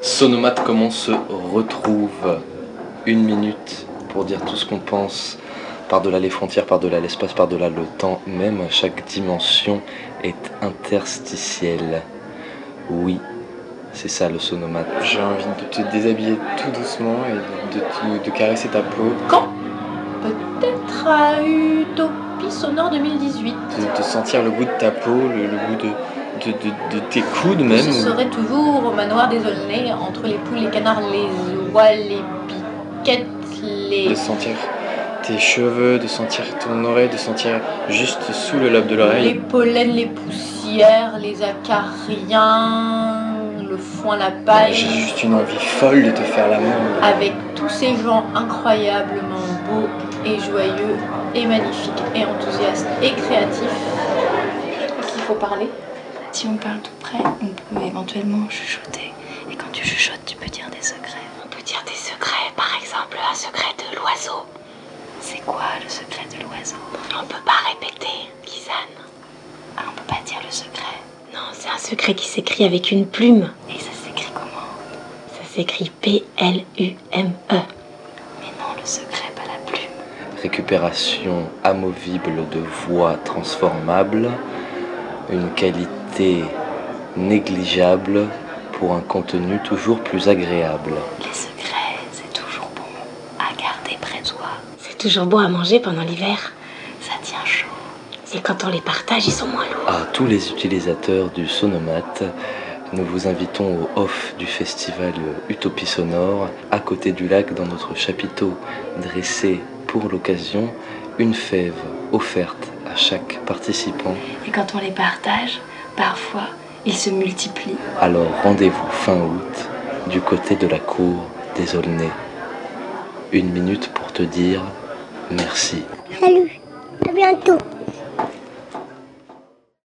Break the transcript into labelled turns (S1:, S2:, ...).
S1: Sonomate, comment on se retrouve Une minute pour dire tout ce qu'on pense, par-delà les frontières, par-delà l'espace, par-delà le temps, même chaque dimension est interstitielle. Oui, c'est ça le sonomate.
S2: J'ai envie de te déshabiller tout doucement et de, te- de caresser ta peau,
S3: Quand Peut-être à Utopie Sonore 2018.
S2: de, de sentir le goût de ta peau, le, le goût de, de, de- de tes coudes même.
S3: Je serai toujours au manoir des Aulnay, entre les poules, les canards, les oies, les piquettes, les...
S2: De sentir tes cheveux, de sentir ton oreille, de sentir juste sous le lobe de l'oreille.
S3: les pollens, les poussières, les acariens, le foin, la paille.
S2: J'ai juste une envie folle de te faire l'amour.
S3: avec tous ces gens incroyablement beaux et joyeux et magnifiques et enthousiastes et créatifs qu'il faut parler.
S4: Si on parle tout près, on peut éventuellement chuchoter. Et quand tu chuchotes, tu peux dire des secrets.
S5: On peut dire des secrets, par exemple un secret de l'oiseau.
S4: C'est quoi le secret de l'oiseau
S5: On peut pas répéter, Lisanne.
S4: Ah, on peut pas dire le secret.
S5: Non, c'est un secret qui s'écrit avec une plume.
S4: Et ça s'écrit comment
S5: Ça s'écrit P-L-U-M-E.
S4: Mais non, le secret, pas la plume.
S1: Récupération amovible de voix transformable, une qualité négligeable pour un contenu toujours plus agréable.
S4: Les secrets, c'est toujours bon à garder près de soi.
S5: C'est toujours beau à manger pendant l'hiver.
S4: Ça tient chaud.
S5: Mais quand on les partage, ils sont moins lourds.
S1: À tous les utilisateurs du Sonomate, nous vous invitons au off du festival Utopie Sonore, à côté du lac dans notre chapiteau dressé pour l'occasion, une fève offerte à chaque participant.
S4: Et quand on les partage, parfois, ils se multiplient.
S1: Alors rendez-vous fin août du côté de la cour des Aulnay. Une minute pour te dire merci.
S6: Salut, à bientôt.